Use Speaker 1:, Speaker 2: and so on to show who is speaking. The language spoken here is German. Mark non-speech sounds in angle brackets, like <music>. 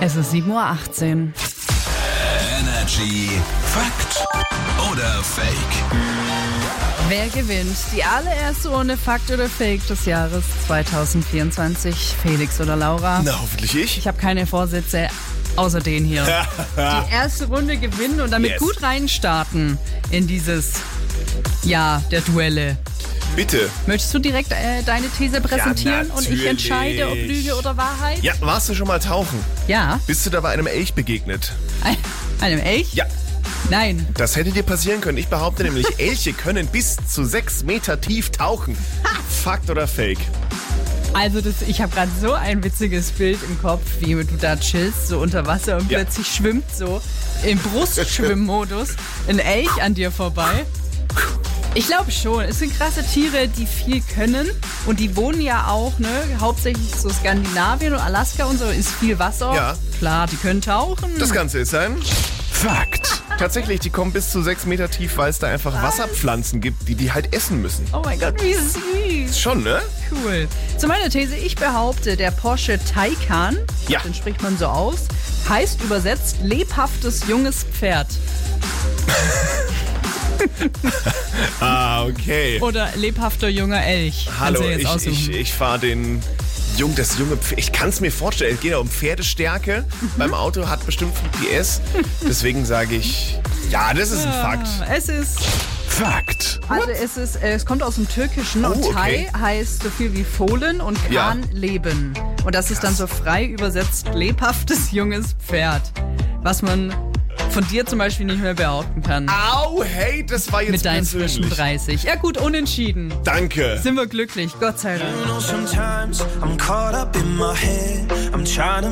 Speaker 1: Es ist 7.18 Uhr.
Speaker 2: Energy Fakt oder Fake?
Speaker 1: Wer gewinnt? Die allererste Runde Fakt oder Fake des Jahres 2024. Felix oder Laura?
Speaker 3: Na, hoffentlich
Speaker 1: Ich habe keine Vorsätze außer den hier. Die erste Runde gewinnen und damit
Speaker 3: Yes.
Speaker 1: gut reinstarten in dieses Jahr der Duelle.
Speaker 3: Bitte.
Speaker 1: Möchtest du direkt äh, deine These präsentieren und ich
Speaker 3: natürlich.
Speaker 1: entscheide, ob Lüge oder Wahrheit?
Speaker 3: Ja, warst du schon mal tauchen?
Speaker 1: Ja.
Speaker 3: Bist du da bei einem Elch begegnet?
Speaker 1: Ein- Einem Elch?
Speaker 3: Ja.
Speaker 1: Nein.
Speaker 3: Das hätte dir passieren können. Ich behaupte <laughs> nämlich, Elche können bis zu sechs Meter tief tauchen. Fakt oder Fake?
Speaker 1: Also das, ich habe gerade so ein witziges Bild im Kopf, wie du da chillst, so unter Wasser und
Speaker 3: Ja.
Speaker 1: plötzlich schwimmt so im Brustschwimmmodus ein Elch an dir vorbei. Ich glaube schon. Es sind krasse Tiere, die viel können und die wohnen ja auch, ne? Hauptsächlich so Skandinavien und Alaska und so ist viel Wasser.
Speaker 3: Ja.
Speaker 1: Klar, die können tauchen.
Speaker 3: Das Ganze ist ein...
Speaker 2: Fakt.
Speaker 3: Tatsächlich, die kommen bis zu sechs Meter tief, weil es da einfach Wasserpflanzen gibt, die die halt essen müssen.
Speaker 1: oh mein Gott, wie süß.
Speaker 3: Schon, ne?
Speaker 1: Cool. Zu meiner These, ich behaupte, der Porsche Taycan,
Speaker 3: Ja.
Speaker 1: den spricht man so aus, heißt übersetzt lebhaftes junges Pferd
Speaker 3: Ah, okay.
Speaker 1: oder lebhafter junger Elch. Kannst
Speaker 3: Hallo,
Speaker 1: du jetzt
Speaker 3: ich,
Speaker 1: aussuchen.
Speaker 3: ich, ich fahre den... Jung, das junge Pferd. Ich kann es mir vorstellen. Es geht ja um Pferdestärke. Beim Auto hat bestimmt viel <laughs> PS. Deswegen sage ich, ja, das ist ein Fakt.
Speaker 1: Ah, Es ist,
Speaker 2: Fakt.
Speaker 1: also es ist, äh, es kommt aus dem Türkischen
Speaker 3: Oh,
Speaker 1: und
Speaker 3: okay.
Speaker 1: Tai heißt so viel wie Fohlen und
Speaker 3: Ja.
Speaker 1: Kahn Leben. Und das ist dann so frei übersetzt lebhaftes junges Pferd, was man von dir zum Beispiel nicht mehr behaupten kann.
Speaker 3: Au, hey, das war Ah, jetzt
Speaker 1: mit deinen
Speaker 3: persönlich.
Speaker 1: zwischen 30. Ja gut, unentschieden.
Speaker 3: Danke.
Speaker 1: Sind wir glücklich, Gott sei Dank.
Speaker 4: know sometimes I'm caught up in my head. I'm trying to